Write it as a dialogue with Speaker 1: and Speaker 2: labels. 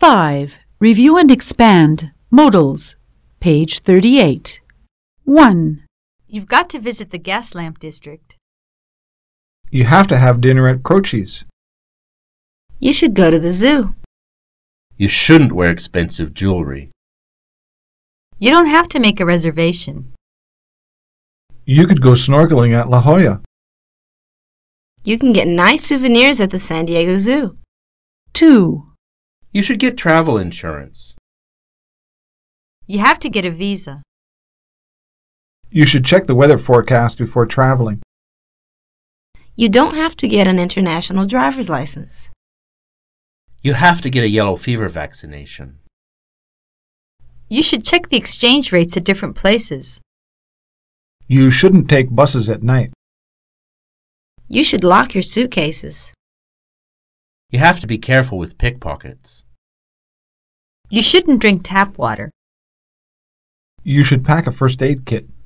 Speaker 1: 5. Review and expand modals. Page 38. 1,
Speaker 2: You've got to visit the gas lamp district.
Speaker 3: You have to have dinner at Croce's.
Speaker 4: You should go to the zoo.
Speaker 5: You shouldn't wear expensive jewelry.
Speaker 2: You don't have to make a reservation.
Speaker 3: You could go snorkeling at La Jolla.
Speaker 4: You can get nice souvenirs at the San Diego Zoo.
Speaker 1: 2,
Speaker 5: You should get travel insurance.
Speaker 2: You have to get a visa.
Speaker 3: You should check the weather forecast before traveling.
Speaker 4: You don't have to get an international driver's license.
Speaker 5: You have to get a yellow fever vaccination.
Speaker 2: You should check the exchange rates at different places.
Speaker 3: You shouldn't take buses at night.
Speaker 4: You should lock your suitcases.
Speaker 5: You have to be careful with pickpockets.
Speaker 2: You shouldn't drink tap water.
Speaker 3: You should pack a first aid kit.